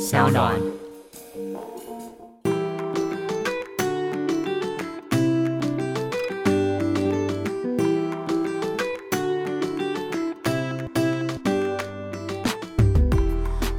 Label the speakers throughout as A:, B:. A: 小暖。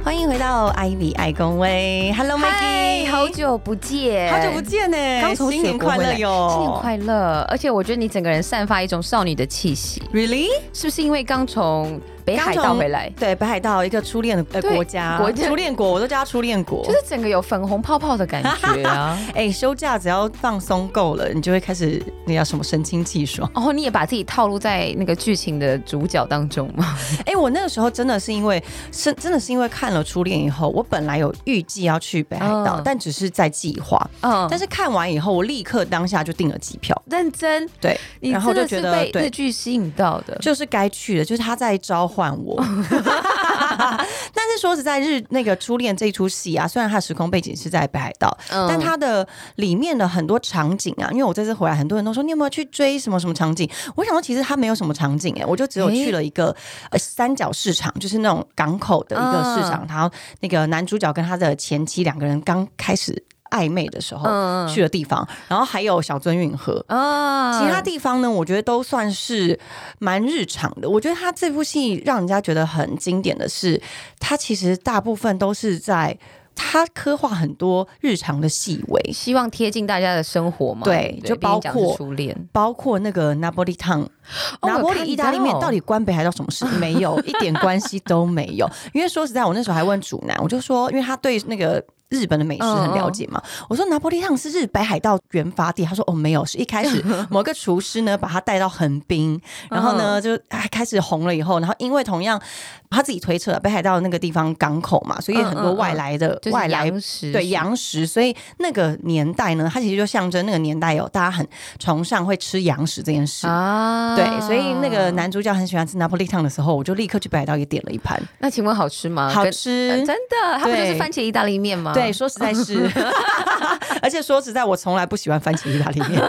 B: 欢迎回到 Ivy 爱公威，Hello Maggie，
C: 好久不见，
B: 好久不见呢、
C: 刚从
B: 新年
C: 雪国
B: 快
C: 回
B: 乐
C: 来
B: 哟，
C: 新年快乐！而且我觉得你整个人散发一种少女的气息，
B: ，Really？
C: 是不是因为刚从北海
B: 刚
C: 道
B: 从
C: 回来，
B: 对，北海道一个初恋的呃
C: 对
B: 国家，
C: 国家
B: 初恋国，我都叫它初恋国。
C: 就是整个有粉红泡泡的感觉啊！
B: 哎、休假只要放松够了，你就会开始那叫什么神清气爽。
C: 然后哦你也把自己套路在那个剧情的主角当中吗？
B: 哎、我那个时候真的是因为是真的是因为看了初恋以后，我本来有预计要去北海道，
C: 嗯
B: 但只是在计划。
C: 嗯，
B: 但
C: 是
B: 是看完以后，我立刻当下就订了机票。
C: 认真，
B: 对，
C: 你
B: 然后
C: 真
B: 就
C: 的
B: 觉
C: 是
B: 得
C: 被
B: 对
C: 日剧吸引到的，
B: 就是该去的，就是他在召唤 我。但是说实在，日那个初恋这一出戏啊，虽然它时空背景是在北海道，
C: 嗯
B: 但它的里面的很多场景啊，因为我这次回来，很多人都说你有没有去追什么什么场景？我想说，其实它没有什么场景哎、我就只有
C: 诶
B: 去了一个、呃三角市场，就是那种港口的一个市
C: 嗯
B: 场，然后那个男主角跟他的前妻两个人刚开始暧昧的时候、
C: 嗯
B: 去的地方，然后还有小樽运河，
C: 啊
B: 其他地方呢，我觉得都算是蛮日常的。我觉得他这部戏让人家觉得很经典的是，他其实大部分都是在他刻画很多日常的细微，
C: 希望贴近大家的生活嘛，
B: 对
C: 不
B: 就包
C: 毕竟讲是
B: 括
C: 初恋，
B: 包括那个拿玻璃烫、
C: 哦
B: 拿
C: 我
B: 玻
C: 看
B: 璃意大利面
C: 到
B: 到底关北海道什么事？没有， 一点关系都没有。因为说实在，我那时候还问主男，我就说，因为他对那个。日本的美食很了解
C: 嗯
B: 嘛？我说拿破利烫是日北海道原发地，他说哦没有，是一开 始某个厨师呢把他带到横滨，然
C: 嗯
B: 后呢就哎开始红了以后，然后因为同样他自己推测啊北海道那个地方港口嘛，所以很多
C: 嗯嗯嗯
B: 外来的
C: 就是
B: 外来
C: 洋食
B: 对洋食，所以那个年代呢，它其实就象征那个年代有大家很崇尚会吃洋食这件事。
C: 啊
B: 对，所以那个男主角很喜欢吃拿破利烫的时候，我就立刻去北海道也点了一盘，
C: 那请问好吃吗？
B: 好
C: 跟呃
B: 吃
C: 真。的，啊它不就
B: 对
C: 是番茄意大利面吗？
B: 对，，说实在是， 而且说实在，我从来不喜欢番茄意大利 面，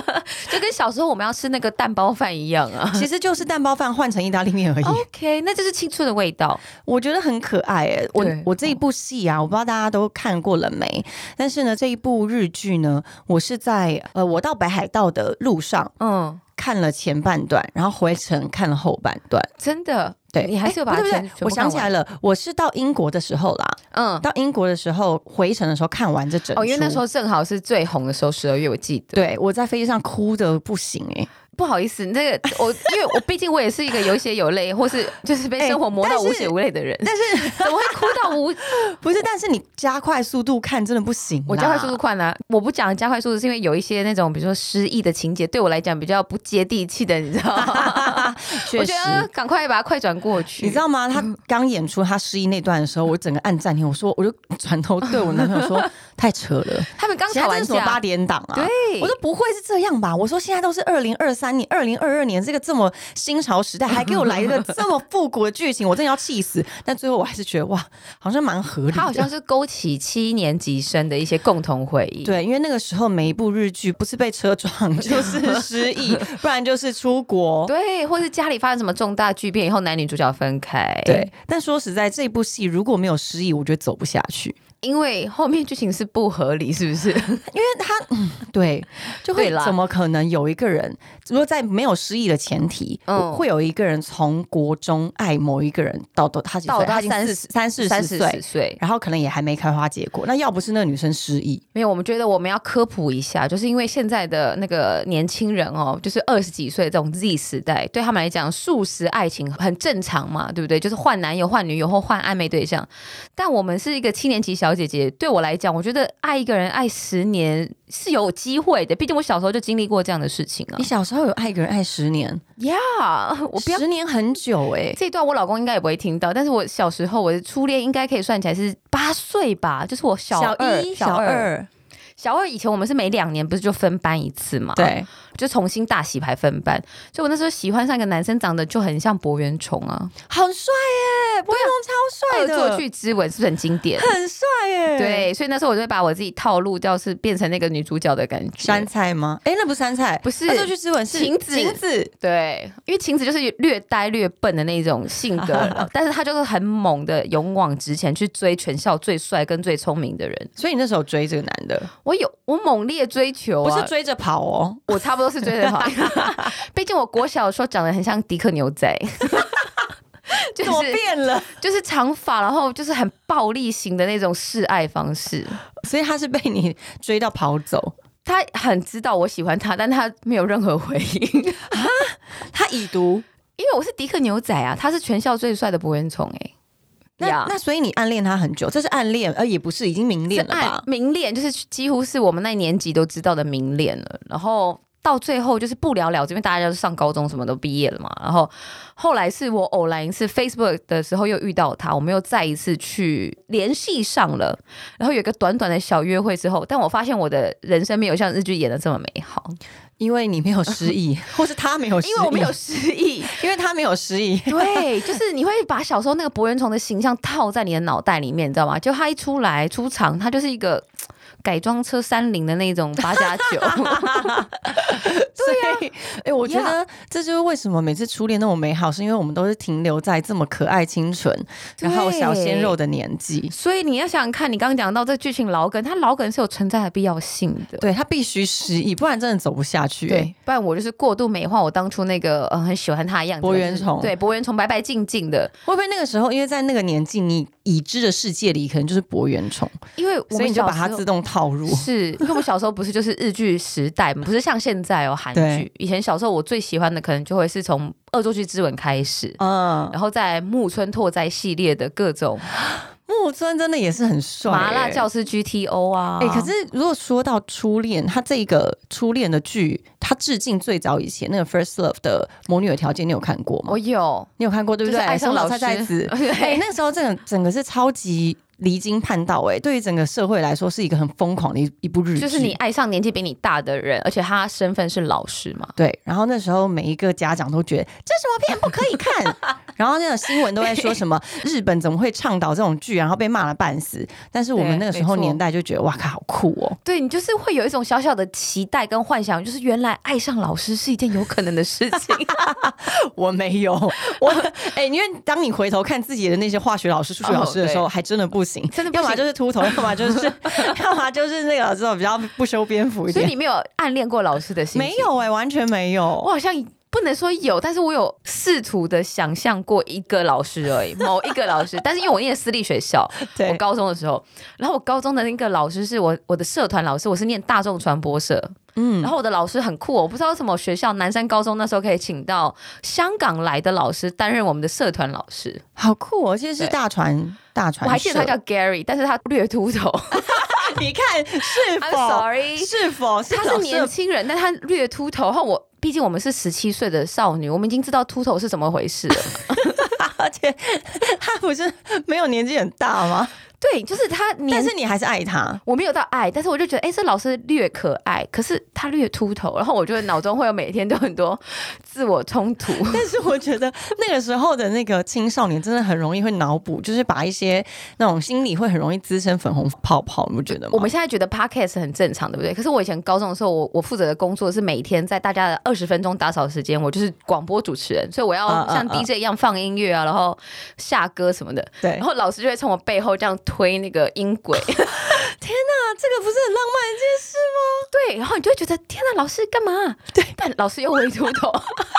C: 就跟小时候我们要吃那个蛋包饭一样 啊。
B: 其实就是蛋包饭换成意大利面而已。
C: 哦 OK，那就是青春的味道。
B: 我觉得很可爱诶、我
C: 对
B: 我这一部戏啊，我不知道大家都看过了没，但是呢，这一部日剧呢，我是在呃，我到北海道的路上
C: 嗯，
B: 看了前半段，然后回程看了后半段。
C: 真的，
B: 对，
C: 你还是有把它
B: 哎不对
C: 全
B: 不对
C: 全部
B: 我想起来
C: 看完
B: 了，我是到英国的时候啦，
C: 嗯，
B: 到英国的时候回程的时候看完这整出
C: 哦，因为那时候正好是最红的时候，十二月我记得。
B: 对我在飞机上哭的不行哎、
C: 不好意思，那个 我，因为我毕竟我也是一个有血有泪，或是就是被生活磨
B: 哎
C: 到
B: 但是
C: 无血无泪的人，
B: 但是
C: 怎么会哭到 无？
B: 不是？但是你加快速度看真的不行啦，
C: 我加快速度快啦！我不讲加快速度，是因为有一些那种比如说失忆的情节，对我来讲比较不接地气的，你知 道吗？
B: 确
C: 我
B: 实
C: 觉。得呃赶快把它快转过去。
B: 你知道吗？他刚演出他失忆那段的时候，我整个按暂停，我说我就转头对我男朋友 说太扯了，
C: 他们刚
B: 现
C: 吵
B: 在
C: 完
B: 这是什么
C: 架，
B: 八点档啊？
C: 对，
B: 我说不会是这样吧？我说现在都是二零二三年、二零二二年这个这么新潮 时代，还给我来一个这么复古的剧情，我真的要气死！但最后我还是觉得哇，好像蛮合理的。
C: 他好像是勾起七年级生的一些共同回忆。，
B: 对，因为那个时候每一部日剧不是被车撞就是失 忆，不然就是出国。
C: 对，或是家里发生什么重大巨变以后，男女主角分开。
B: 对，，但说实在，这部戏如果没有失忆，我觉得走不下去，
C: 因为后面剧情是不合理，是不是？
B: 因为他、嗯、对就会
C: 对啦
B: 怎么可能有一个人，如果在没有失忆的前提，
C: 嗯
B: 会有一个人从国中爱某一个人到到他几
C: 到
B: 岁？
C: 他
B: 他已经
C: 三
B: 四
C: 十
B: 三四
C: 三
B: 十
C: 四
B: 岁
C: 十，岁，
B: 然后可能也还没开花结果。那要不是那个女生失忆，
C: 没有，我们觉得我们要科普一下，就是因为现在的那个年轻人哦，就是二十几岁这种 Z 时代，对他们来讲，素食爱情很正常嘛，对不对？就是换男友、换女友或换暧昧对象。但我们是一个七年级小姐姐，对我来讲，我觉得爱一个人爱十年是有机会的，毕竟我小时候就经历过这样的事情啊
B: 你。小时候有爱一个人爱十年，
C: 呀我不要
B: 十年很久哎、
C: 这一段我老公应该也不会听到，但是我小时候我的初恋应该可以算起来是八岁吧，就是我小二、
B: 一、小
C: 二、
B: 二，
C: 小二以前我们是每两年不是就分班一次嘛？，
B: 对。
C: 就重新大洗牌分班。所以我那时候喜欢上一个男生，长得就很像博元崇啊，
B: 很帅耶，博龙超帅
C: 恶
B: 的，
C: 作剧之吻是不是很经典？
B: 很帅耶，耶！，
C: 啊对，所以那时候我就会把我自己套路掉，是变成那个女主角的感觉。
B: 山菜吗？哎，那不是山菜，
C: 不是
B: 那时候去之吻是
C: 晴子
B: 晴子，
C: 对，因为晴子就是略呆略笨的那种性格， 但是她就是很猛的勇往直前去追全校最帅跟最聪明的人。
B: 所以你那时候追这个男的，
C: 我有我猛烈追求、
B: 不
C: 啊，
B: 是追着跑哦，
C: 我差不多是追得跑，毕竟我国小的时候长得很像迪克牛仔， 就
B: 怎么
C: 是
B: 变了？
C: 就是长发，然后就是很暴力型的那种示爱方式。
B: 所以他是被你追到跑走，
C: 他很知道我喜欢他，但他没有任何回应，
B: 他已读。
C: 因为我是迪克牛仔啊，他是全校最帅的博元虫哎。
B: 那
C: 呀
B: 那所以你暗恋他很久，这是暗恋，呃，也不是已经明恋了
C: 是
B: 吧
C: 暗？明恋就是几乎是我们那年级都知道的明恋了，然后。到最后就是不了了之，因为大家都上高中，什么都毕业了嘛。然后后来是我偶然一次 Facebook 的时候又遇到他，我们又再一次去联系上了，然后有一个短短的小约会之后，但我发现我的人生没有像日剧演的这么美好，
B: 因为你没有失 忆，或是他没有失忆，
C: 因为我没有，失忆。
B: 因为他没有失忆。
C: 对，就是你会把小时候那个博元虫的形象套在你的脑袋里面，你知道吗？就他一出来出场，他就是一个改装车三菱的那种八加九， 啊
B: 对呀、哎、我觉得这就是为什么每次初恋那么美好，是因为我们都是停留在这么可爱、清纯，然后小鲜肉的年纪。
C: 所以你要想想看，你刚刚讲到这剧情老梗，它老梗是有存在的必要性的。
B: 对他必须失忆，不然真的走不下去、哎，
C: 不然我就是过度美化我当初那个呃很喜欢他的样子。
B: 博元崇
C: 对博元崇白白净净的，
B: 会不会那个时候，因为在那个年纪，你已知的世界里可能就是博元宠，
C: 因为我
B: 所以
C: 们
B: 你就
C: 小
B: 把
C: 时候
B: 它自动套入。
C: 是因为我们小时候不是就是日剧时代嘛，不是像现在哦韩
B: 对
C: 剧。以前小时候我最喜欢的可能就会是从《恶作剧之吻》开始。
B: 嗯，
C: 然后在木村拓哉系列的各种
B: 木村真的也是很帅、
C: 麻辣
B: 哎
C: 教师 GTO 欸啊，
B: 哎、可是如果说到初恋，他这个初恋的剧，他致敬最早以前那个《First Love》的《魔女的条件》，你有看过吗？
C: 我有
B: 你有看过对不对？
C: 就是爱上
B: 松岛
C: 老
B: 菜菜
C: 师，
B: 子
C: 对
B: 哎、那时候整个整个是超级离经叛道、哎，对于整个社会来说是一个很疯狂的一一部日剧。
C: 就是你爱上年纪比你大的人，而且他身份是老师嘛，
B: 对，然后那时候每一个家长都觉得这什么片不可以 看，然后那种新闻都在说什 么日本怎么会倡导这种剧，然后被骂了半死。但是我们
C: 对
B: 那个时候
C: 没错
B: 年代就觉得哇靠，好酷哦！
C: 对你就是会有一种小小的期待跟幻想，就是原来爱上老师是一件有可能的事 情。
B: 我没有， 我哎、因为当你回头看自己的那些化学老师、数学老师的时候，
C: 哦
B: 还真的不行，
C: 真的不
B: 要
C: 行
B: 么就是 秃头，要么就是，要么就是那个这种比较不修边幅一
C: 所以
B: 点。
C: 你没有暗恋过老师的心？
B: 没，有哎、完全没有
C: 我。好像不能说有，但是我有试图的想象过一个老师而已，某一个老师。但是因为我念私立学校，我
B: 对，
C: 高中的时候，然后我高中的那个老师是我我的社团老师，我是念大众传播社，
B: 嗯
C: 然后我的老师很酷哦，我不知道为什么学校南山高中那时候可以请到香港来的老师担任我们的社团老师，
B: 好酷哦！其实是
C: 对
B: 大船，大啊船社，
C: 我还记得他叫 Gary，但是他略秃头
B: 你看是
C: ，I'm
B: 否
C: sorry，
B: 是否
C: 他是
B: 老
C: 年
B: 社
C: 轻人，但他略秃头，然后我。毕竟我们是十七岁的少女，我们已经知道秃头是怎么回事了。
B: 而且他不是没有年纪很大吗？
C: 对，就是他年，
B: 但是你还是爱 他，
C: 我没有到爱，但是我就觉得，哎、这老师略可爱，可是他略秃头，然后我就会脑中会有每天都很多自我冲 突。
B: 但是我觉得那个时候的那个青少年真的很容易会脑补，就是把一些那种心理会很容易滋生粉红泡泡，你不觉得吗？
C: 我们现在觉得 podcast 很正常，对不对？可是我以前高中的时候，我我负责的工作是每天在大家的二十分钟打扫时间，我就是广播主持人，所以我要
B: 嗯嗯
C: 像
B: 嗯
C: DJ 一样放音乐啊，然后下歌什么的。
B: 对，
C: 然后老师就会从我背后这样推那个音 轨，
B: 那这个不是很浪漫的一件事吗？
C: 对，然后你就会觉得天哪，老师 干嘛？对，但老师又回秃头，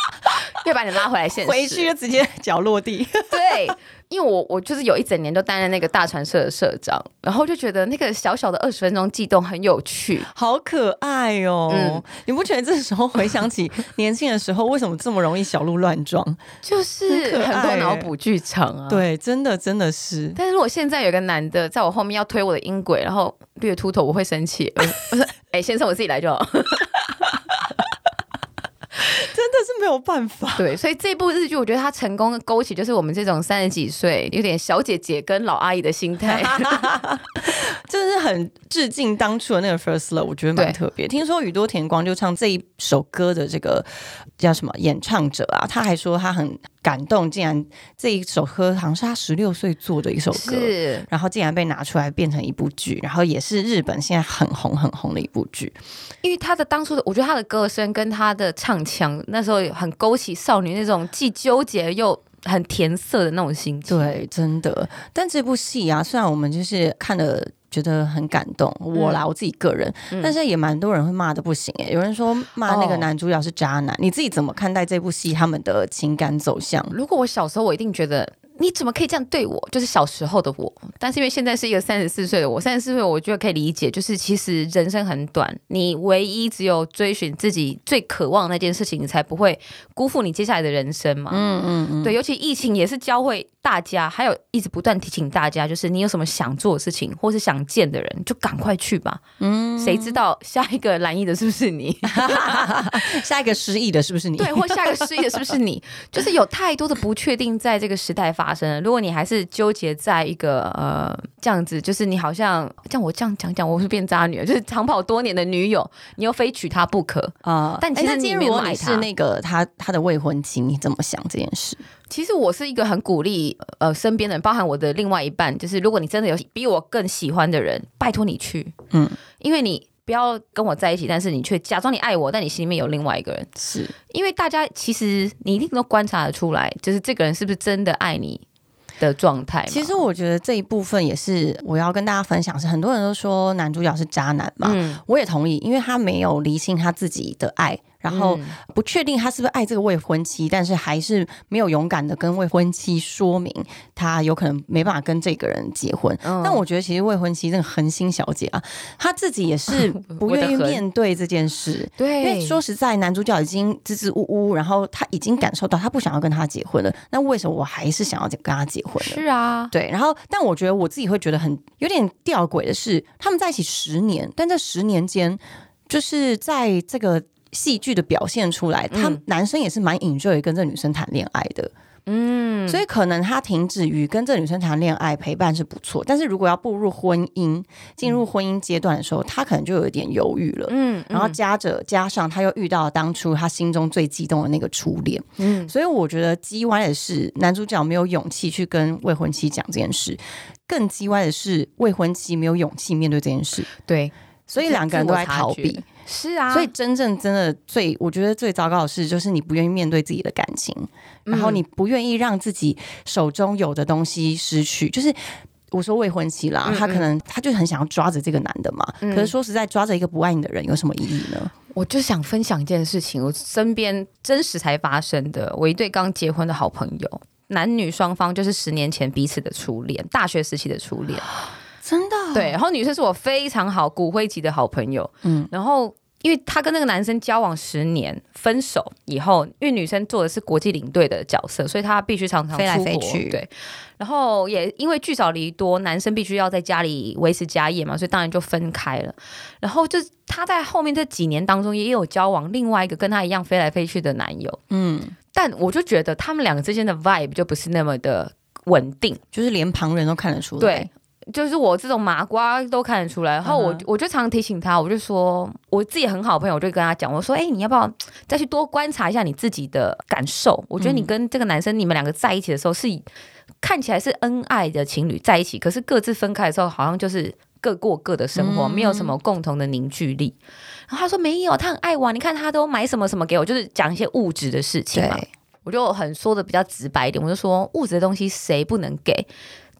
C: 又把你拉回来现实。
B: 回去就直接 脚落地，
C: 对，因为我我就是有一整年都担任那个大传社的社长，然后就觉得那个小小的二十分钟悸动很有趣。
B: 好可爱哦！
C: 嗯
B: 你不觉得这时候回想起年轻的时候，为什么这么容易小鹿乱 撞？
C: 就是
B: 很可爱
C: 很多脑
B: 欸
C: 补剧场啊。。
B: 对，真的真的是。
C: 但是我现在有一个男的在我后面要推我的音轨，然后略秃头，我会生气。我我说：“哎、先生，我自己来就好。
B: 真的是没有办”法。
C: 对，所以这部日剧，我觉得它成功地勾起就是我们这种三十几岁有点小姐姐跟老阿姨的心态。
B: 真的是很致敬当初的那个 First Love，我觉得蛮
C: 对
B: 特别。听说宇多田光就唱这一首歌的这个叫什么演唱者啊，他还说他很感动，竟然这一首歌好像是他十六岁做的一首歌。
C: 是
B: 然后竟然被拿出来变成一部剧，然后也是日本现在很红很红的一部剧。
C: 因为他的当初的，我觉得他的歌声跟他的唱腔，那时候很勾起少女那种既纠结又很甜涩的那种心情。，
B: 对，真的。但这部戏啊，虽然我们就是看了。觉得很感动，我
C: 嗯
B: 啦，我自己个人，但是也蛮多人会骂的不行哎、有人说骂那个
C: 哦
B: 男主角是渣男，你自己怎么看待这部戏他们的情感走向？
C: 如果我小时候，我一定觉得。你怎么可以这样对我？就是小时候的我，但是因为现在是一个三十四岁的我，三十四岁我觉得可以理解，就是其实人生很短，你唯一只有追寻自己最渴望的那件事情，你才不会辜负你接下来的人生嘛。
B: 嗯嗯嗯，
C: 对，尤其疫情也是教会大家，还有一直不断提醒大家，就是你有什么想做的事情，或是想见的人，就赶快去吧。嗯，谁知道下一个蓝衣的是不是你？
B: 下一个失忆的是不是你？
C: 对，或下一个失业的是不是你？就是有太多的不确定在这个时代发生了。如果你还是纠结在一个呃这样子，就是你好像像我这样讲讲，我是变渣女了，就是长跑多年的女友，你又非娶她不可。
B: 啊、
C: 但其
B: 诶
C: 实
B: 那
C: 你
B: 今
C: 没
B: 天如
C: 有
B: 果
C: 爱
B: 你
C: 他
B: 是那个他他的未婚妻，你怎么想这件事？
C: 其实我是一个很鼓励呃身边的人，包含我的另外一半，就是如果你真的有比我更喜欢的人，拜托你去，
B: 嗯
C: 嗯，因为你不要跟我在一起，但是你却假装你爱我，但你心里面有另外一个人，
B: 是
C: 因为大家其实你一定都观察得出来，就是这个人是不是真的爱你的状态嘛。
B: 其实我觉得这一部分也是我要跟大家分享是，很多人都说男主角是渣男嘛，
C: 嗯，
B: 我也同意，因为他没有厘清他自己的爱，然后
C: 嗯
B: 不确定他是不是爱这个未婚妻，但是还是没有勇敢的跟未婚妻说明他有可能没办法跟这个人结婚。
C: 嗯
B: 但我觉得其实未婚妻那个恒心小姐啊，她自己也是不
C: 我的
B: 愿意
C: 恒
B: 面对这件事。因
C: 对，
B: 为说实在，男主角已经支支吾吾，然后他已经感受到他不想要跟他结婚了，那为什么我还是想要跟他结婚呢？
C: 是啊，
B: 对，然后但我觉得我自己会觉得很有点吊诡的是，他们在一起十年，但这十年间，就是在这个戏剧的表现出来，他
C: 嗯
B: 男生也是蛮 enjoy 跟这女生谈恋爱的。
C: 嗯，
B: 所以可能他停止于跟这女生谈恋爱陪伴是不错，但是如果要步入婚姻，进入婚姻阶段的时候，他可能就有一点犹豫了。
C: 嗯，
B: 然后加着加上他又遇到当初他心中最激动的那个初恋，
C: 嗯
B: 所以我觉得鸡歪的是男主角没有勇气去跟未婚妻讲这件事，更鸡歪的是未婚妻没有勇气面对这件事，
C: 对，
B: 所以两个人都在逃
C: 自我察
B: 避
C: 觉。是啊，
B: 所以真正真的最，我觉得最糟糕的事就是你不愿意面对自己的感情，
C: 嗯
B: 然后你不愿意让自己手中有的东西失去，就是。我说未婚妻啦，
C: 嗯
B: 他可能他就很想要抓着这个男的嘛，
C: 嗯
B: 可是说实在，抓着一个不爱你的人有什么意义呢？
C: 我就想分享一件事情，我身边真实才发生的。我一对刚结婚的好朋友，男女双方就是十年前彼此的初恋，大学时期的初恋。
B: 真的，
C: 对，然后女生是我非常好骨灰级的好朋友，
B: 嗯
C: 嗯，然后。因为她跟那个男生交往十年，分手以后，因为女生做的是国际领队的角色，所以她必须常常
B: 飞来
C: 出
B: 飞
C: 国
B: 去
C: 对，然后也因为聚少离多，男生必须要在家里维持家业嘛，所以当然就分开了。然后就是她在后面这几年当中也有交往另外一个跟她一样飞来飞去的男友，
B: 嗯，
C: 但我就觉得他们两个之间的 vibe 就不是那么的稳定。
B: 就是连旁人都看得出来。
C: 对，，就是我这种麻瓜都看得出来。然后我、
B: 嗯哼
C: 我就常提醒他，我就说我自己很好朋友，我就跟他讲，我说，哎、你要不要再去多观察一下你自己的感受？我觉
B: 嗯
C: 得你跟这个男生，你们两个在一起的时候是看起来是恩爱的情侣在一起，可是各自分开的时候，好像就是。各过各的生活，没有
B: 嗯
C: 什么共同的凝聚力。然后他说没有，他很爱我啊，你看他都买什么什么给我，就是讲一些物质的事情嘛。
B: 对，
C: 我就很说的比较直白一点，我就说物质的东西谁不能给？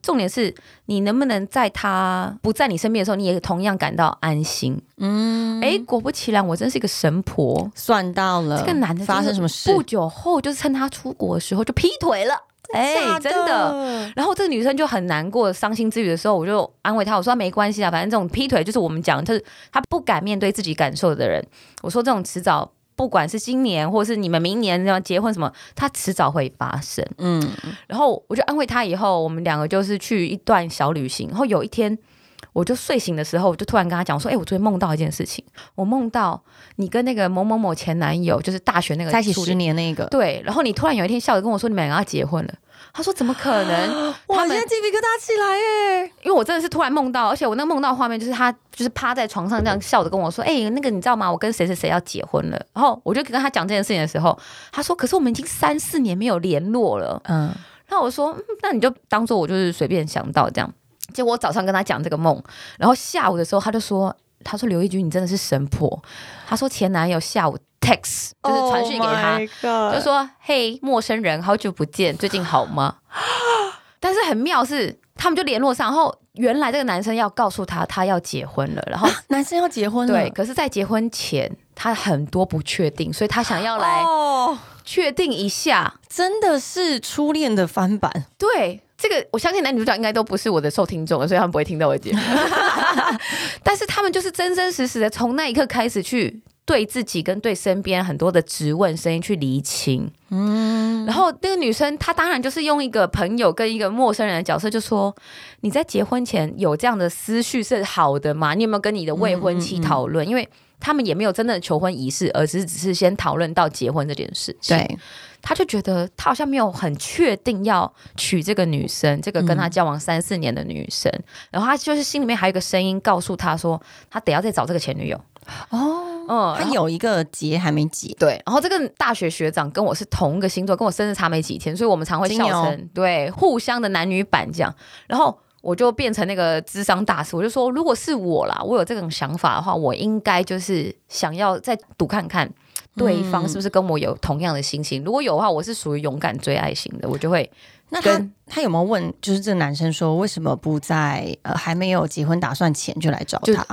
C: 重点是你能不能在他不在你身边的时候，你也同样感到安心。嗯，哎，果不其然，我真是一个神婆。
B: 算到了。
C: 这个男的
B: 呃发
C: 真的
B: 生什么事？
C: 不久后，就是趁他出国的时候就劈腿了。哎、真的。
B: 的，
C: 然后这个女生就很难过、伤心之余的时候，我就安慰她，我说没关系啊，反正这种劈腿就是我们讲，就是她不敢面对自己感受的人。我说这种迟早，不管是今年或是你们明年要结婚什么，她迟早会发生。
B: 嗯，
C: 然后我就安慰她，以后我们两个就是去一段小旅行。然后有一天，我就睡醒的时候，我就突然跟他讲说：“哎、我昨天梦到一件事情，我梦到你跟那个某某某前男友，就是大学那个
B: 在一起
C: 初
B: 十
C: 恋
B: 年那个，
C: 对，然后你突然有一天笑着跟我说你们两个要结婚了。”他说：“怎么 可能？他
B: 哇，现
C: 们
B: 在鸡皮疙瘩起来耶！
C: 因为我真的是突然梦到，而且我那个梦到的画面就是他就是趴在床上这样笑着跟我说：“哎、那个你知道吗？我跟谁谁谁要结婚了。”然后我就跟他讲这件事情的时候，他说：“可是我们已经三四年没有联络了。
B: 嗯，”
C: 然后我说：“嗯、那你就当做我就是随便想到这样。”结果我早上跟他讲这个梦，然后下午的时候他就说：“他说刘一君你真的是神婆。”他说前男友下午 text 就是传讯给他
B: Oh my
C: 就
B: God
C: 说：“嘿，陌生人，好久不见，最近好吗？” 但是很妙是，他们就联络上，然后原来这个男生要告诉他他要结婚了，然 后
B: 男生要结婚了，
C: 对，可是，在结婚前他很多不确定，所以他想要来
B: 哦，
C: 确定一下。
B: 真的是初恋的翻版，
C: 对，这个我相信男女主角应该都不是我的受听众了，所以他们不会听到我 的节目。但是他们就是真真实实的从那一刻开始去。对自己跟对身边很多的质问声音去厘清，
B: 嗯，
C: 然后那个女生她当然就是用一个朋友跟一个陌生人的角色，就说你在结婚前有这样的思绪是好的吗？你有没有跟你的未婚
B: 嗯
C: 妻讨论？因为他们也没有真正的求婚仪式，而是只是先讨论到结婚这件事情。，
B: 对，
C: 他就觉得他好像没有很确定要娶这个女生，这个跟他交往三四年的女生。然后他就是心里面还有一个声音告诉他说，他得要再找这个前女友。
B: 哦，
C: 嗯，
B: 他有一个结还没结，
C: 对，然后这个大学学长跟我是同一个星座，跟我生日差没几天，所以我们常会笑
B: 金
C: 称对互相的男女版这样。然后我就变成那个智商大师，我就说，如果是我啦，我有这种想法的话，我应该就是想要再赌看看对方
B: 嗯
C: 是不是跟我有同样的心情。如果有的话，我是属于勇敢追爱型的，我就会
B: 那他
C: 跟
B: 他有没有问，就是这个男生说为什么不在呃还没有结婚打算前就来找
C: 就
B: 他？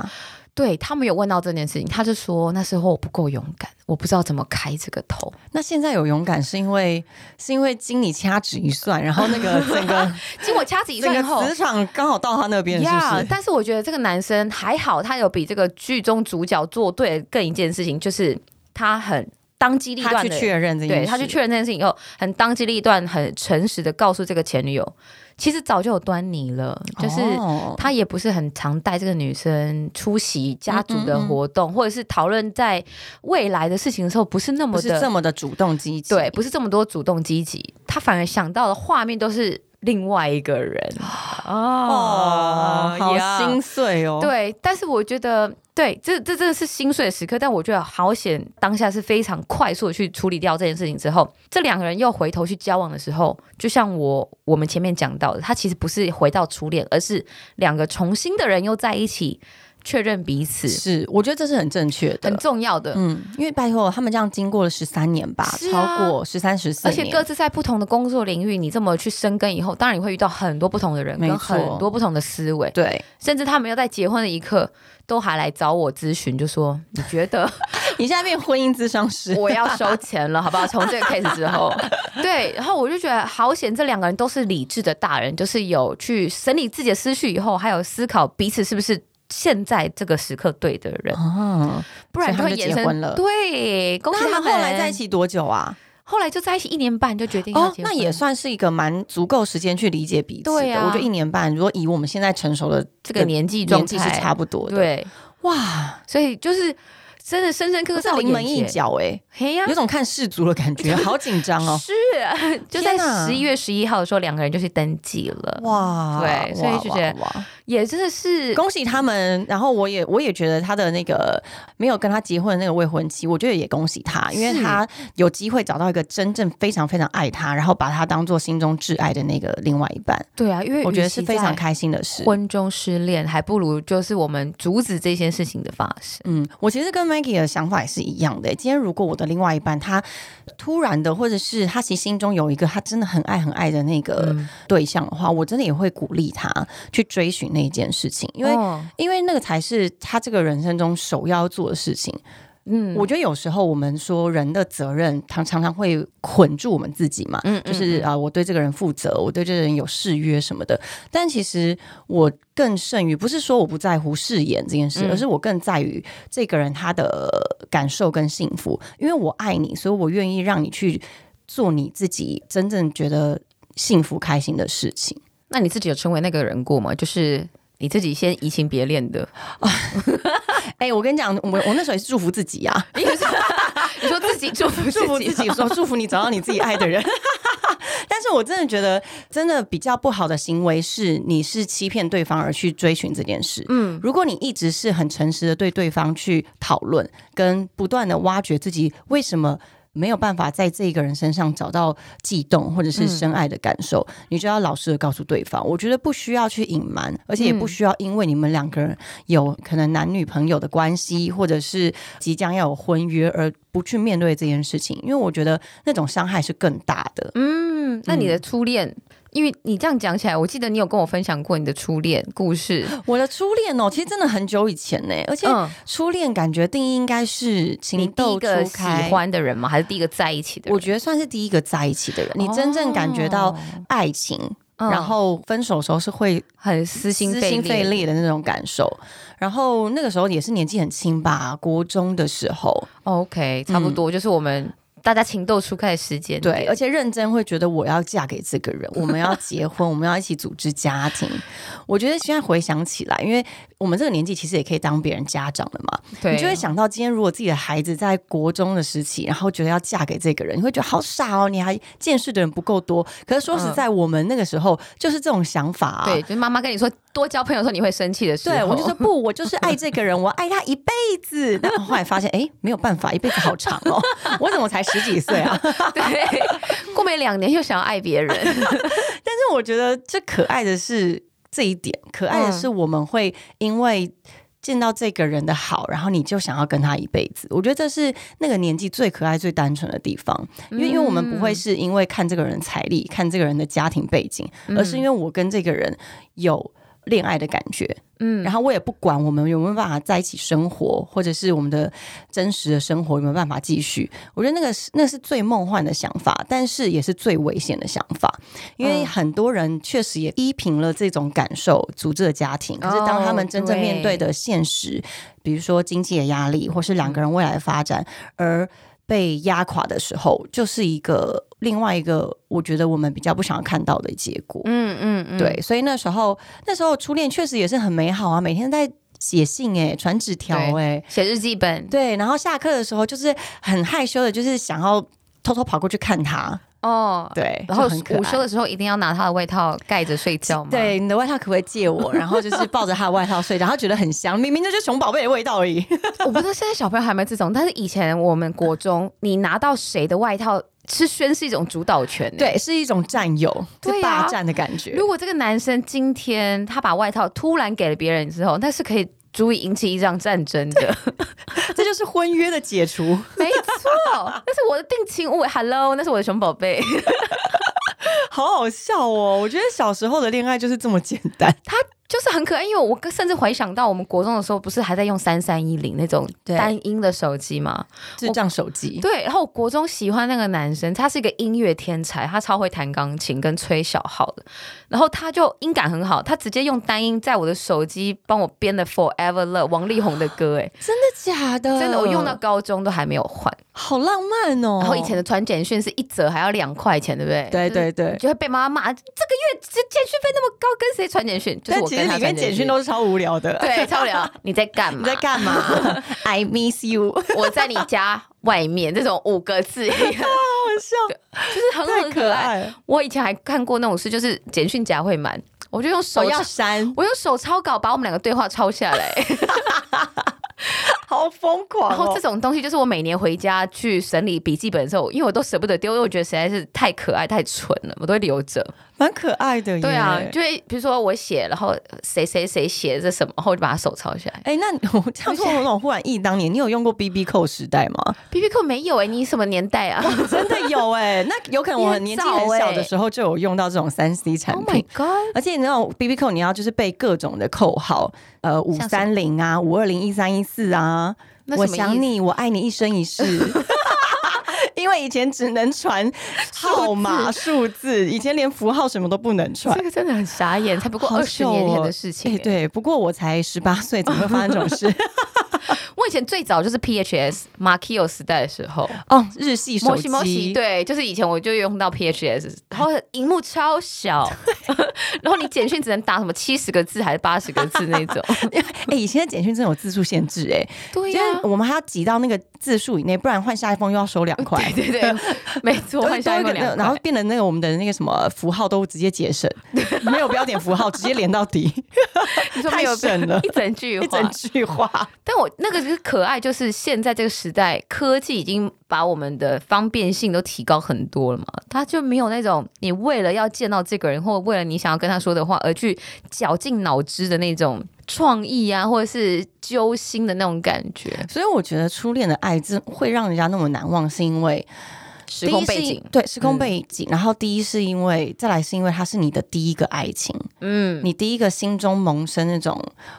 C: 对他们有问到这件事情，他就说那时候我不够勇敢，我不知道怎么开这个头。
B: 那现在有勇敢是因为是因为经你掐指一算，然后那个整个
C: 经我掐指一
B: 整
C: 算
B: 个
C: 以后，
B: 磁场刚好到他那边，是不是？
C: 但是我觉得这个男生还好，他有比这个剧中主角做对更一件事情，就是他很当机立
B: 他
C: 断
B: 去
C: 的，
B: 确认这件
C: 对
B: 事，
C: 他去确认这件事情以后，很当机立断、很诚实的告诉这个前女友，其实早就有端倪了，就是。
B: 哦
C: 他也不是很常带这个女生出席家族
B: 嗯
C: 的活动，或者是讨论在未来的事情的时候，不是那
B: 不
C: 么
B: 是
C: 的
B: 这么的主动积极，
C: 对，不是这么多主动积极，他反而想到的画面都是另外一个人
B: 哦，好
C: 呀
B: 心碎哦，，
C: 对，但是我觉得，对，这这真的是心碎的时刻。但我觉得好险，当下是非常快速的去处理掉这件事情之后，这两个人又回头去交往的时候，就像我我们前面讲到的，他其实不是回到初恋，而是两个重新的人又在一起，确认彼此，
B: 是，我觉得这是很正确
C: 很
B: 的。
C: 重要的。
B: 嗯，因为拜托他们这样经过了十三年吧，
C: 是啊
B: 超过十三十四
C: 而
B: 年，
C: 且各自在不同的工作领域，你这么去深耕以后，当然你会遇到很多不同的人，
B: 没
C: 跟
B: 错
C: 很多不同的思维。
B: 对，
C: 甚至他们要在结婚的一刻，都还来找我咨询，就说你觉得
B: 你现在变婚姻咨商师，
C: 我要收钱了，好不好？从这个 case 之 后，对，然后我就觉得好险，这两个人都是理智的大人，就是有去整理自己的思绪以后，还有思考彼此是不是现在这个时刻对的人，
B: 哦，
C: 不
B: 所
C: 然
B: 以他
C: 会
B: 们就
C: 延
B: 结
C: 伸
B: 婚了
C: 对，恭
B: 那
C: 喜
B: 他们
C: 们
B: 后来在一，起多久啊？
C: 后来就在一起一年半就决定要
B: 哦，
C: 结婚，
B: 那也算是一个蛮足够时间去理解彼此的。
C: 对啊
B: 我觉得一年半，如果以我们现在成熟的
C: 这个年纪状
B: 年纪是
C: 态
B: 差不多的。，
C: 对，
B: 哇，
C: 所以就是真的深深刻刻
B: 这
C: 在
B: 是
C: 我
B: 临门一
C: 眼前，
B: 脚哎，
C: 嘿呀
B: 有。种看氏族的感 觉，好紧张哦。
C: 是，啊就
B: 天
C: 在
B: 哪
C: 十一月十一号的时候，两个人就去登记
B: 哦
C: 了，
B: 哇，
C: 对所以就觉得
B: 哇哇
C: 也真的是
B: 呃恭喜他们。然后我也我也觉得他的那个没有跟他结婚的那个未婚妻，我觉得也恭喜他，因为
C: 是
B: 他有机会找到一个真正非常非常爱他，然后把他当做心中挚爱的那个另外一半，
C: 对啊，因为
B: 我觉得
C: 与其
B: 是非常
C: 在
B: 开心的事。
C: 婚中失恋，还不如就是我们阻止这些事情的发生。
B: 嗯，我其实跟 Maggie 的想法也是一样的、今天如果我的另外一半他突然的，或者是他其实心中有一个他真的很爱很爱的那个
C: 嗯
B: 对象的话，我真的也会鼓励他去追寻那件事情，因为、
C: 哦
B: 因为那个才是他这个人生中首要做的事情。
C: 嗯
B: 我觉得有时候我们说人的责任常常常会捆住我们自己嘛，
C: 嗯
B: 就是啊、我对这个人负责，我对这个人有誓约什么的。但其实我更胜于，不是说我不在乎誓言这件事，
C: 嗯
B: 而是我更在于这个人他的感受跟幸福。因为我爱你，所以我愿意让你去做你自己真正觉得幸福开心的事情。
C: 那你自己有成为那个人过吗？就是你自己先移情别恋的，
B: 哎、我跟你讲，我我那时候也是祝福自己 啊，
C: 你是 你说自己祝福
B: 祝福自己啊说祝福你找到你自己爱的人。 但是我真的觉得，真的比较不好的行为是，你是欺骗对方而去追寻这件事。嗯，如果你一直是很诚实的对对方去讨论，跟不断的挖掘自己为什么。没有办法在这个人身上找到悸动或者
C: 嗯
B: 是深爱的感受，你就要老实的告诉对方。我觉得不需要去隐瞒，而且也不需要因为你们两个人有可能男女朋友的关系，或者是即将要有婚约而不去面对这件事情，因为我觉得那种伤害是更大的。
C: 嗯，那你的初恋，因为你这样讲起来，我记得你有跟我分享过你的初恋故事。
B: 我的初恋哦，其实真的很久以前呢，而且
C: 嗯，
B: 初恋感觉定义应该是
C: 你
B: 情
C: 第一
B: 窦
C: 个
B: 初
C: 喜
B: 开。
C: 欢的人吗？还是第一个在一起的人？哦
B: 我觉得算是第一个在一起的人，你真正感觉到爱情，
C: 嗯
B: 然后分手的时候是会
C: 很撕心
B: 撕
C: 裂
B: 心肺裂的那种感受。然后那个时候也是年纪很轻吧，国中的时候，
C: 哦 OK，差不多、就是我们大家情窦初开的时间点。
B: 嗯对，而且认真会觉得我要嫁给这个人，我们要结婚，我们要一起组织家庭。我觉得现在回想起来，因为我们这个年纪其实也可以当别人家长了嘛，
C: 对，
B: 你就会想到，今天如果自己的孩子在国中的时期，然后觉得要嫁给这个人，你会觉得好傻哦，你还见识的人不够多。可是说实在，我们那个时候就是这种想法、啊。
C: 嗯对，就是妈妈跟你说多交朋友的时候你会生气的时候，
B: 对，我就说不，我就是爱这个人，我爱他一辈子。但后来发现，哎，没有办法，一辈子好长哦。我怎么才十几岁啊？但
C: 对，过没两年又想要爱别 人，
B: 是我觉得这可爱的是这一点，可爱的是我们会因为见到这个人的好，然后你就想要跟他一辈子。我觉得这是那个年纪最可爱、最单纯的地方。因为因为我们不会是因为看这个人的财力、看这个人的家庭背景，而是因为我跟这个人有恋爱的感觉，
C: 嗯，
B: 然后我也不管我们有没有办法在一起生活，或者是我们的真实的生活有没有办法继续。我觉得那个是那是最梦幻的想法，但是也是最危险的想法，因为
C: 嗯
B: 很多人确实也依凭了这种感受组织了家庭，可是当他们真正面对的现实，比如说经济的压力，或是两个人未来的发展，而被压垮的时候，就是一个另外一个，我觉得我们比较不想要看到的结果。
C: 嗯嗯嗯，
B: 对，所以那时候那时候初恋确实也是很美好啊，每天在写信哎、传纸条哎，
C: 写日记本
B: 对，然后下课的时候就是很害羞的，就是想要偷偷跑过去看他，
C: 哦，
B: 对，
C: 然后
B: 就很可
C: 午休
B: 爱。
C: 的时候一定要拿他的外套盖着睡觉嘛，，
B: 对，你的外套可不可以借我？然后就是抱着他的外套睡，然后觉得很香，明明就是熊宝贝的味道而已。
C: 我不知道现在小朋友还有没有这种，但是以前我们国中，你拿到谁的外套是宣示一种主导权、欸，
B: 对，是一种占有，
C: 对
B: 是
C: 啊
B: 霸占的感觉。
C: 如果这个男生今天他把外套突然给了别人之后，那是可以足以引起一场战争的，
B: 这就是婚约的解除。
C: 没错，那是我的定情物，Hello，那是我欸的熊宝贝。
B: 好好笑哦！我觉得小时候的恋爱就是这么简单。
C: 就是很可爱，因为我甚至回想到我们国中的时候，不是还在用三三一零那种
B: 对
C: 单音的手机吗？
B: 智障手机，
C: 对，然后我国中喜欢那个男生，他是一个音乐天才，他超会弹钢琴跟吹小号的，然后他就音感很好，他直接用单音在我的手机帮我编的《Forever Love》王力宏的歌，哎，
B: 真的假的？
C: 真的我用到高中都还没有换，
B: 好浪漫哦。
C: 然后以前的传简讯是一折还要两块钱，对不对？
B: 对
C: 就是
B: 对对
C: 你，就会被妈妈骂，这个月这简讯费那么高，跟谁传简讯？就是
B: 但
C: 我
B: 其实
C: 跟他
B: 里面
C: 传
B: 简
C: 讯
B: 讯都是超无聊的。
C: 对，超无聊。你在干嘛？
B: 你在干 嘛？I miss you，好
C: 我在你家外面这种五 个字，就是
B: 笑，
C: 很
B: 太
C: 很可爱。
B: 爱。
C: 我以前还看过那种事，就是简讯夹会满，我就用手
B: 手要
C: 哦要，
B: 删，
C: 我用手抄稿把我们两个对话抄下 来。
B: 好疯狂
C: 然后
B: 哦
C: 这！种东西就是我每年回家去整理笔记本的时候，因为我都舍不得丢，因为我觉得实在是太可爱太蠢了，我都会留着。
B: 蛮可爱的耶。
C: 对啊，就会比如说我写，然后谁谁谁写这什么，然后我就把它手抄 下来。
B: 哎，那你我这样说，我有种忽然忆当年，你有用过 B B 扣时代吗？
C: B B Q 没有哎、你什么年代啊
B: 真的有哎，那有可能我很年纪很小的时候就有用到这种三 C 产
C: ？Oh my
B: 品。
C: god！
B: 而且你知道 B B 扣，你要就是背各种的扣号，呃，五
C: 像什
B: 三零啊，五二零一三一四啊，
C: 那
B: 我
C: 什么意
B: 想
C: 思
B: 你，我爱你一生一 世。因为以前只能传号码、数字，以前连符号什么都不能传
C: 这。个真的很傻眼，才不过
B: 好
C: 二十
B: 久
C: 年前
B: 哦
C: 的事情、欸
B: 对对，不过我才十八岁，怎么会发生这种事？
C: 我以前最早就是 PHS、Makio 时代的时候，
B: 哦， 日系手
C: 摩西摩西，
B: 机，
C: 对，就是以前我就用到 PHS，然后荧幕超 小，然后你简讯只能打什么七十个字还是八十个字那 种，
B: 哎、以前的简讯真的有字数限制、哎、
C: 对
B: 因
C: 呀、
B: 为我们还要挤到那个字数以内，不然换下一封又要收两块。
C: 对对对，没错，
B: 都
C: 换下一
B: 都会
C: 个两
B: 然后
C: 块
B: 变得那个我们的那个什么符号都直接节 省，没有标点符号，直接连到底，
C: 你说没有
B: 太省了
C: 一整句话，
B: 一整句话。
C: 但我那个就是可爱，就是现在这个时代，科技已经把我们的方便性都提高很多了嘛，它就没有那种你为了要见到这个人，或为了你想要跟他说的话而去绞尽脑汁的那种创意啊，或者是揪心的那种感觉。
B: 所以我觉得初恋的爱真会让人家那么难忘，是因为
C: 时空背
B: 第一是
C: 景，嗯
B: 对时空背景。然后第一是因为，再来是因为它是你的第一个爱情，
C: 嗯，
B: 你第一个心中萌生那种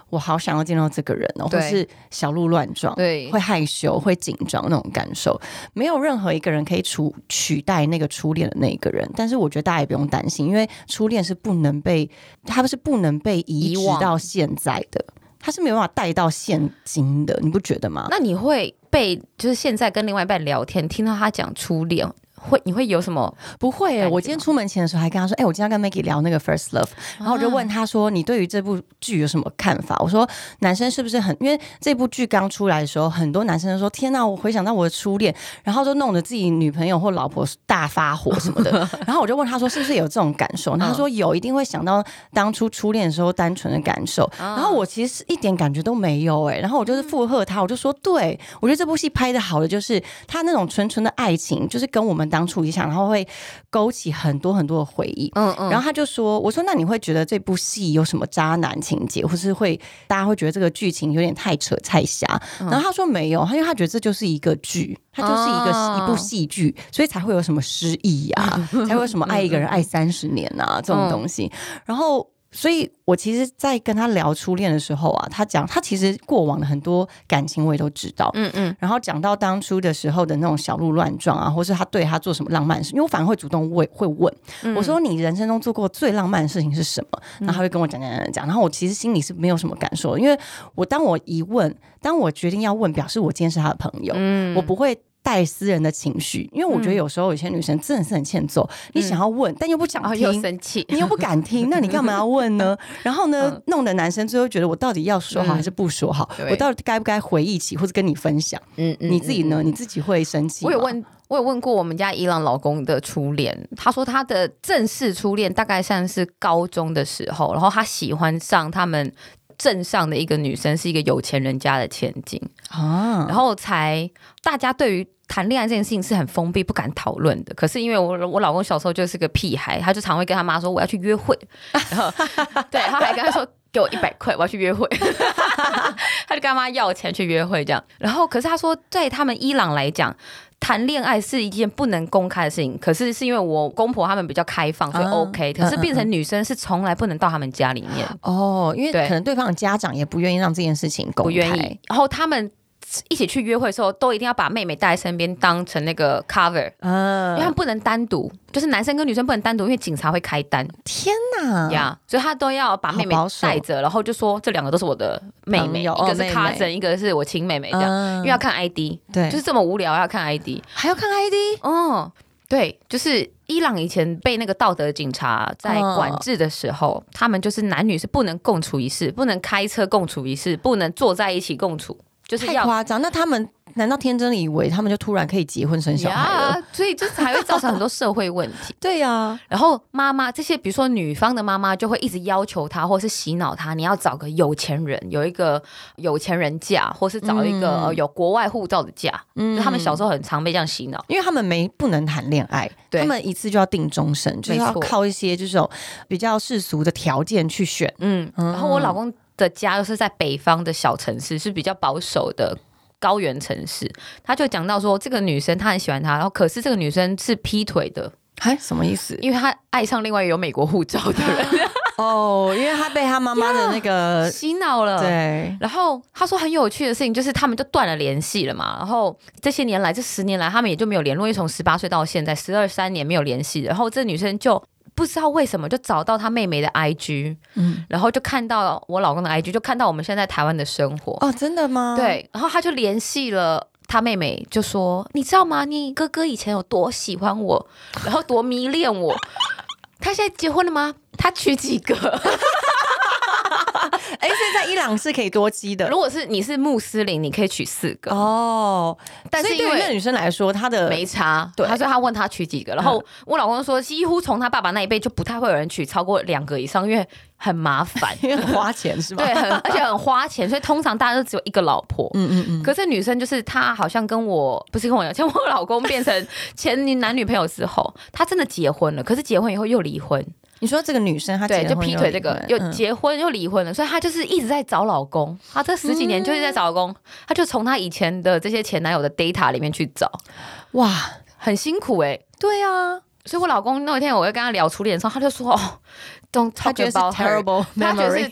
B: 我好想要见到这个人哦，
C: 对
B: 或是小鹿乱撞，
C: 对
B: 会害羞、会紧张那种感受。没有任何一个人可以取取代那个初恋的那一个人，但是我觉得大家也不用担心，因为初恋是不能被，它是不能被移
C: 遗
B: 植
C: 忘
B: 到现在的。它是没有办法带到现今的，你不觉得吗？
C: 那你会被就是现在跟另外一半聊天，听到他讲初恋，会你会有什么？
B: 不会、
C: 感
B: 欸，
C: 觉
B: 我今天出门前的时候还跟他说，哎、我今天要跟 Maggie 聊那个 First Love，然后我就问他说，你对于这部剧有什么看法？我说，男生是不是很，因为这部剧刚出来的时候，很多男生都说，天哪、我回想到我的初恋，然后就弄得自己女朋友或老婆大发火什么的。然后我就问他说，是不是有这种感受？然后他说有，一定会想到当初初恋的时候单纯的感受。然后我其实是一点感觉都没有哎、然后我就是附和他，我就说，对我觉得这部戏拍的好的就是他那种纯纯的爱情，就是跟我们当初一样，然后会勾起很多很多的回忆。
C: 嗯嗯，
B: 然后他就说：“我说那你会觉得这部戏有什么渣男情节，或是会大家会觉得这个剧情有点太扯太瞎？”然后他说没有，他因为他觉得这就是一个剧，它就是一个、
C: 哦
B: 一部戏剧，所以才会有什么失忆呀、 才会有什么爱一个人爱三十年
C: 嗯
B: 啊这种东西。然后。所以，我其实，在跟他聊初恋的时候啊，他讲他其实过往的很多感情我也都知道，
C: 嗯嗯，
B: 然后讲到当初的时候的那种小鹿乱撞啊，或是他对他做什么浪漫的事，因为我反而会主动问，会问、
C: 嗯
B: 我说你人生中做过最浪漫的事情是什么？然后他会跟我讲讲讲讲讲，然后我其实心里是没有什么感受的，因为我当我一问，当我决定要问，表示我今天是他的朋友，我不会。带私人的情绪，因为我觉得有时候有些女生真的是很欠揍，你想要问，嗯哦但又不想
C: 然后
B: 听
C: 又，生气，
B: 你又不敢听， 那你干嘛要问 呢？然后呢，弄得男生最后觉得我到底要说好还是不说好？
C: 对
B: 我到底该不该回忆起或者跟你分享？
C: 嗯嗯
B: 你自己呢？你自己会生气？
C: 我有，问，我有问过我们家伊朗老公的初恋，他说他的正式初恋大概算是高中的时候，然后他喜欢上他们镇上的一个女生，是一个有钱人家的千金，
B: 啊，
C: 然后才大家对于。谈恋爱这件事情是很封闭、不敢讨论的。可是因为我我老公小时候就是个屁孩，他就常会跟他妈说我要去约会， 然后对，他还跟他说给我一百块，我要去约会。 他就跟他妈要钱去约会这样。然后可是他说，在他们伊朗来讲。谈恋爱是一件不能公开的事情，可是是因为我公婆他们比较开放，所以
B: 啊
C: OK、可是
B: 嗯嗯
C: 变成女生是从来不能到他们家里面，
B: 哦，因为
C: 对
B: 可能对方的家长也不愿意让这件事情公开，
C: 不愿意。然后他们一起去约会的时候，都一定要把妹妹带在身边，当成那
B: 嗯
C: 个 cover，因为
B: 啊
C: 他们！不能单独，就是男生跟女生不能单独，因为警察会开单
B: 天哪，
C: 呀所以他都要把妹
B: 嗯
C: 妹
B: 好保守
C: 带着，然后就说这两个都是我的妹妹，
B: 朋
C: 一
B: 友哦
C: 个是
B: 妹妹
C: cousin，一个是我亲妹妹这样，
B: 嗯
C: 因为要看 ID。
B: 对，
C: 就是这么无聊，要看 ID
B: 还要看 ID
C: 哦。对，就是伊朗以前被那个道德警察在管制的时候，他们就是男女是不能共处一室，不能开车共处一室，不能坐在一起共处，就是
B: 太
C: 要
B: 夸张。那他们难道天真的以为他们就突然可以结婚生小孩了？。
C: 呀，所以这才会造成很多社会问题
B: 对呀，
C: 然后妈妈这些，比如说女方的妈妈就会一直要求她，或是洗脑她，你要找个有钱人，有一个有钱人嫁，或是找一个、
B: 嗯
C: 呃有国外护照的嫁。
B: 嗯
C: 就他们小时候很常被这样洗脑。
B: 因为他们没不能谈恋爱，
C: 对
B: 他们一次就要定终身，就是要
C: 没错
B: 靠一些这种比较世俗的条件去选。
C: 嗯，然后我老公的家又是在北方的小城市，是比较保守的。高原城市，他就讲到说，这个女生他很喜欢他，然后可是这个女生是劈腿的，
B: 哎，什么意思？
C: 因为她爱上另外一个有美国护照的 人，
B: 哦，因为他被他妈妈的那个
C: 洗脑
B: 呃
C: 了。
B: 对，
C: 然后他说很有趣的事情就是他们就断了联系了嘛，然后这些年来这十年来他们也就没有联络，因为从十八岁到现在十二三年没有联系，然后这女生就。不知道为什么就找到他妹妹的 IG，
B: 嗯，
C: 然后就看到我老公的 IG，就看到我们现在台湾的生活。
B: 哦，真的吗？，
C: 对，然后他就联系了他妹妹，就说：“你知道吗？你哥哥以前有多喜欢我，然后多迷恋我。 他现在结婚了吗？他娶几个？
B: 哎，现在伊朗是可以多基的
C: 如果是你是穆斯林，你可以娶四个，
B: 哦，
C: 但
B: 所
C: 是
B: 以
C: 因
B: 对于
C: 为
B: 那个女生来说，她的
C: 没差。
B: 对嗯
C: 他说他问他娶几个，然后我老公说，几乎从他爸爸那一辈就不太会有人娶超过两个以上，因为很麻烦
B: ，因为很花钱 是吗？
C: 对，很而且很花钱，所以通常大家都只有一个老婆。
B: 嗯嗯嗯，
C: 可是女生就是她，好像跟我不是跟我讲，像我老公变成前女男女朋友之后，她真的结婚了，可是结婚以后又离婚，
B: 你说这个女生她
C: 对，
B: 结
C: 就
B: 婚
C: 劈
B: 又
C: 腿
B: 离
C: 这个
B: 婚
C: 又
B: 嗯
C: 结婚又离婚了，所以她就是一直在找老公，她这十几年就是在找老公，她就从她以前的这些前男友的 data 里面去找，
B: 哇，
C: 很辛苦哎、
B: 对啊，
C: 所以我老公那天我在跟他聊初恋的时候，他就说哦，don't
B: 她
C: talk
B: 觉得是
C: about her。
B: terrible
C: 他觉得是
B: memory，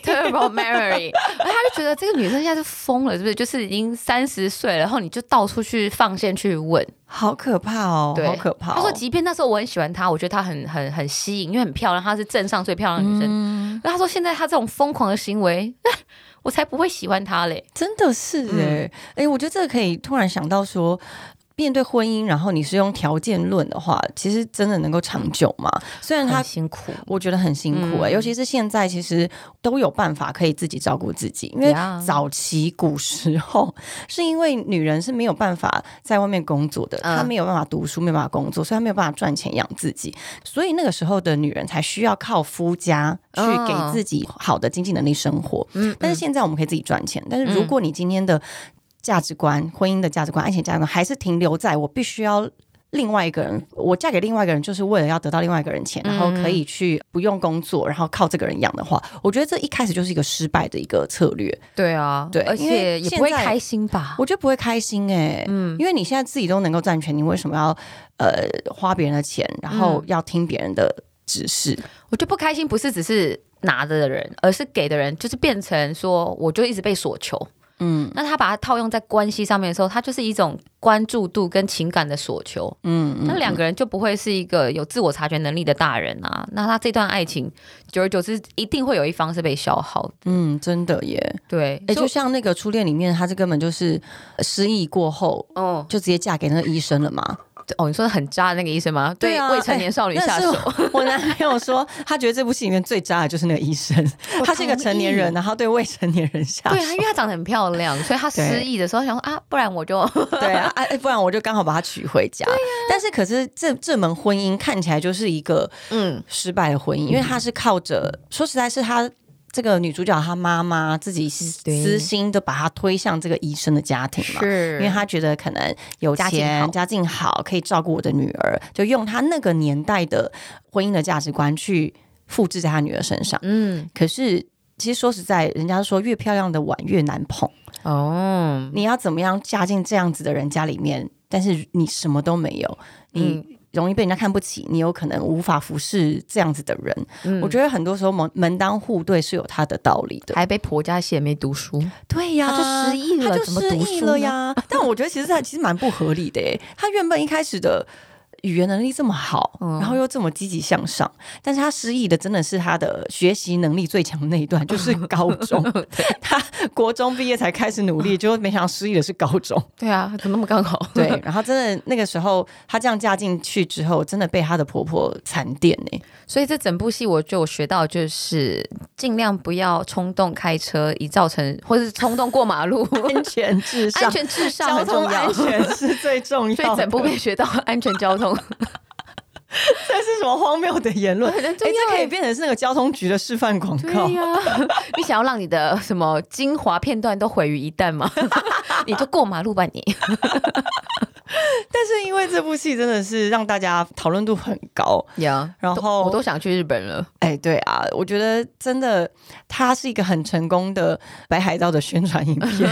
C: terrible memory，然后他就觉得这个女生现在是疯了，是不是？就是已经三十岁了，然后你就到处去放线去问。
B: 好可怕哦，
C: 对
B: 好可怕哦。
C: 他说，即便那时候我很喜欢她，我觉得她很很很吸引，因为很漂亮，她是镇上最漂亮的女生。
B: 嗯，
C: 然后他说，现在她这种疯狂的行为， 我才不会喜欢她嘞。
B: 真的是哎、欸、
C: 嗯
B: 哎、我觉得这个可以突然想到说。面对婚姻，然后你是用条件论的话，其实真的能够长久吗？虽然他
C: 很辛苦，
B: 我觉得很辛苦哎、
C: 嗯
B: 尤其是现在，其实都有办法可以自己照顾自己，因为
C: Yeah
B: 早期古时候是因为女人是没有办法在外面工作的，
C: 嗯
B: 她没有办法读书，没有办法工作，所以她没有办法赚钱养自己，所以那个时候的女人才需要靠夫家去
C: 哦
B: 给自己好的经济能力生活。
C: 嗯，
B: 但是
C: 嗯
B: 现在我们可以自己赚钱，但是如果你今天的价值观、婚姻的价值观、爱情价值观还是停留在我必须要。另外一个人，我嫁给另外一个人，就是为了要得到另外一个人钱，然后
C: 嗯
B: 可以去不用工作，然后靠这个人养的话，我觉得这一开始就是一个失败的一个策略。
C: 对啊，
B: 对
C: 而
B: 因为
C: 且也
B: 现
C: 不会
B: 在
C: 开心吧？
B: 我觉得不会开心哎、嗯，因为你现在自己都能够赚钱，你为什么要呃花别人的钱，然
C: 嗯
B: 后要听别人的指示？
C: 我觉得不开心不是只是拿着的人，而是给的人，就是变成说，我就一直被所求。嗯，那他把它套用在关系上面的时候，它就是一种关注度跟情感的所求。
B: 嗯，嗯
C: 那两个人就不会是一个有自我察觉能力的大人啊。那他这段爱情，久而久之，一定会有一方是被消耗的。
B: 嗯，真的耶。
C: 对，
B: 哎、
C: 所
B: 就
C: 以
B: 像那个初恋里面，她这根本就是呃失忆过后，
C: 哦
B: 就直接嫁给那个医生了嘛？
C: 哦，你说很渣的那个医生 吗？
B: 对啊
C: 未成年少女下手。
B: 那是 我我男朋友说，他觉得这部戏里面最渣的就是那个医生，他是一个成年人，然后对未成年人下
C: 对啊，
B: 手
C: 因。为她长得很漂亮，所以她失
B: 对
C: 忆的时候想说啊，不然我就
B: 对啊，啊，哎不然我就刚好把他娶回家。但是，可是这这门婚姻看起来就是一个
C: 嗯，
B: 失败的婚姻，因为他是靠着，说实在是他。这个女主角她妈妈自己私
C: 对
B: 私心的把她推向这个医生的家庭嘛，
C: 是
B: 因为她觉得可能有
C: 家境
B: 钱
C: 好、
B: 家境好，可以照顾我的女儿，就用她那个年代的婚姻的价值观去复制在她女儿身上。
C: 嗯
B: 可是，其实说实在，人家说越漂亮的碗越难捧，
C: 哦，
B: 你要怎么样嫁进这样子的人家里面？但是你什么都没有，你
C: 嗯
B: 容易被人家看不起，你有可能无法服侍这样子的人。
C: 嗯
B: 我觉得很多时候门门当户对是有它的道理的。
C: 还被婆家嫌没读书，
B: 对呀
C: 他就失忆了
B: 他就
C: 怎么
B: 失
C: 读
B: 忆
C: 书
B: 了
C: 呢
B: 呀。但我觉得其实他其实蛮不合理的诶，他原本一开始的。语言能力这么好，
C: 嗯
B: 然后又这么积极向上，但是他失忆的真的是他的学习能力最强的那一段， 就是高中。 他国中毕业才开始努力，结果没想到失忆的是高 中。
C: 对啊，怎么那么刚 好？
B: 对， 然后真的那个时候，她这样嫁进去之后，真的被她的婆婆惨电呢、
C: 所以这整部戏我就有学到，就是尽量不要冲动开车，以造成或是冲动过马路，
B: 安全至上，
C: 安全至上
B: 交
C: 很重
B: 通
C: 要
B: 安。全是最重要
C: 所以整部
B: 的
C: 片学到安全交通，
B: 这是什么荒谬的言论？哎、
C: 很
B: 这
C: 重要
B: 可以
C: 欸
B: 变成是那个交通局的示范广告。
C: 对呀、 你想要让你的什么精华片段都毁于一旦吗？ 你就过马路吧你。
B: 但是因为这部戏真的是让大家讨论度很高，
C: 呀、
B: 然后
C: 我都想去日本了。
B: 哎、对啊，我觉得真的它是一个很成功的北海道的宣传影 片。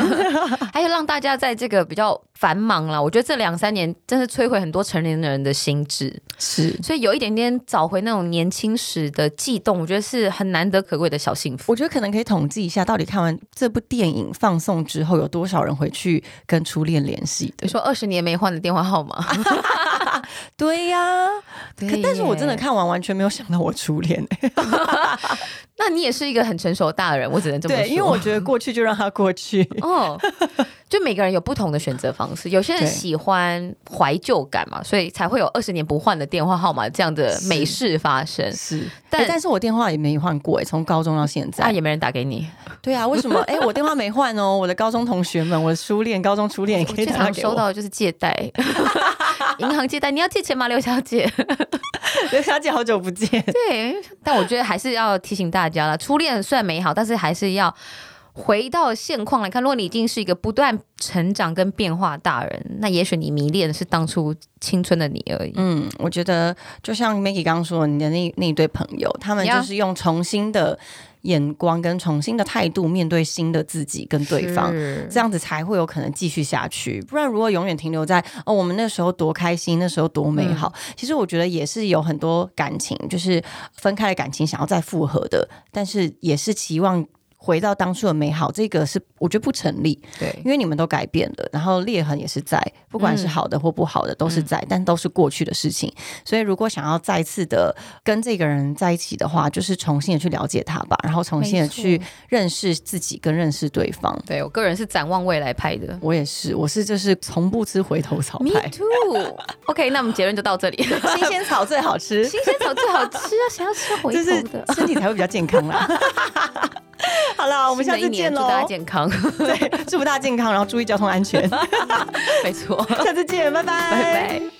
C: 还有让大家在这个比较繁忙啦，我觉得这两三年真是摧毁很多成年人的心智。
B: 是，
C: 所以有一点点找回那种年轻时的悸动，我觉得是很难得可贵的小幸福。
B: 我觉得可能可以统计一下，到底看完这部电影放送之后，有多少人回去跟初恋联系的
C: 啊你。说二十年没换的电话号码，
B: 对呀、
C: 对
B: 可但是我
C: 耶
B: 真的，看完完全没有想到我初恋、欸，
C: 那你也是一个很成熟的大人，我只能这么说。
B: 对，因为我觉得过去就让它过去。
C: 哦，就每个人有不同的选择方式，有些人
B: 对
C: 喜欢怀旧感嘛，所以才会有二十年不换的电话号码这样的美事发生。
B: 是，
C: 但
B: 但、哎但是我电话也没换过哎、从高中到现在。
C: 啊，也没人打给你，
B: 对啊，为什 么？哎、我电话没换哦，我的高中同学们，我的初恋、高中初恋也
C: 我
B: 可以
C: 最
B: 打
C: 常
B: 给
C: 收
B: 我。
C: 到的就是借贷， 银行借贷，你要借钱吗，刘小姐？
B: 刘小姐，好久不见。
C: 对，但我觉得还是要提醒大家了，初恋虽然美好，但是还是要。回到现况来看，如果你已经是一个不断成长跟变化的大人，那也许你迷恋的是当初青春的你而已。
B: 嗯，我觉得就像 Maggie 刚刚说，你的那那一对朋友，他们
C: Yeah
B: 就是用重新的眼光跟重新的态度面对新的自己跟对方。
C: 是
B: 这样子才会有可能继续下去，不然如果永远停留在哦，我们那时候多开心，那时候多
C: 嗯
B: 美好，其实我觉得也是有很多感情，就是分开的感情想要再复合的，但是也是期望回到当初的美好，这个是我觉得不成立，
C: 对
B: 因为你们都改变了，然后裂痕也是在，不管是
C: 嗯
B: 好的或不好的都是在，但都是过去的事情。所以如果想要再次的跟这个人在一起的话，就是重新的去了解他吧，然后重新的
C: 没
B: 去
C: 错
B: 认识自己跟认识对方。
C: 对我个人是展望未来派 的。
B: 我也是，我是就是从不吃回头草
C: Me
B: 派，
C: too。OK，那我们结论就到这里。
B: 新 鲜草最好 吃，
C: 新鲜草最好吃啊，谁要吃回
B: 就是
C: 头的？
B: 身体才会比较健康啦。 好啦，我们下
C: 新的
B: 次
C: 一年
B: 见
C: 祝
B: 喽！
C: 大家健康。
B: 对，祝福大家健康，然后注意交通安全。
C: 没错，
B: 下次见，拜拜，
C: 拜拜。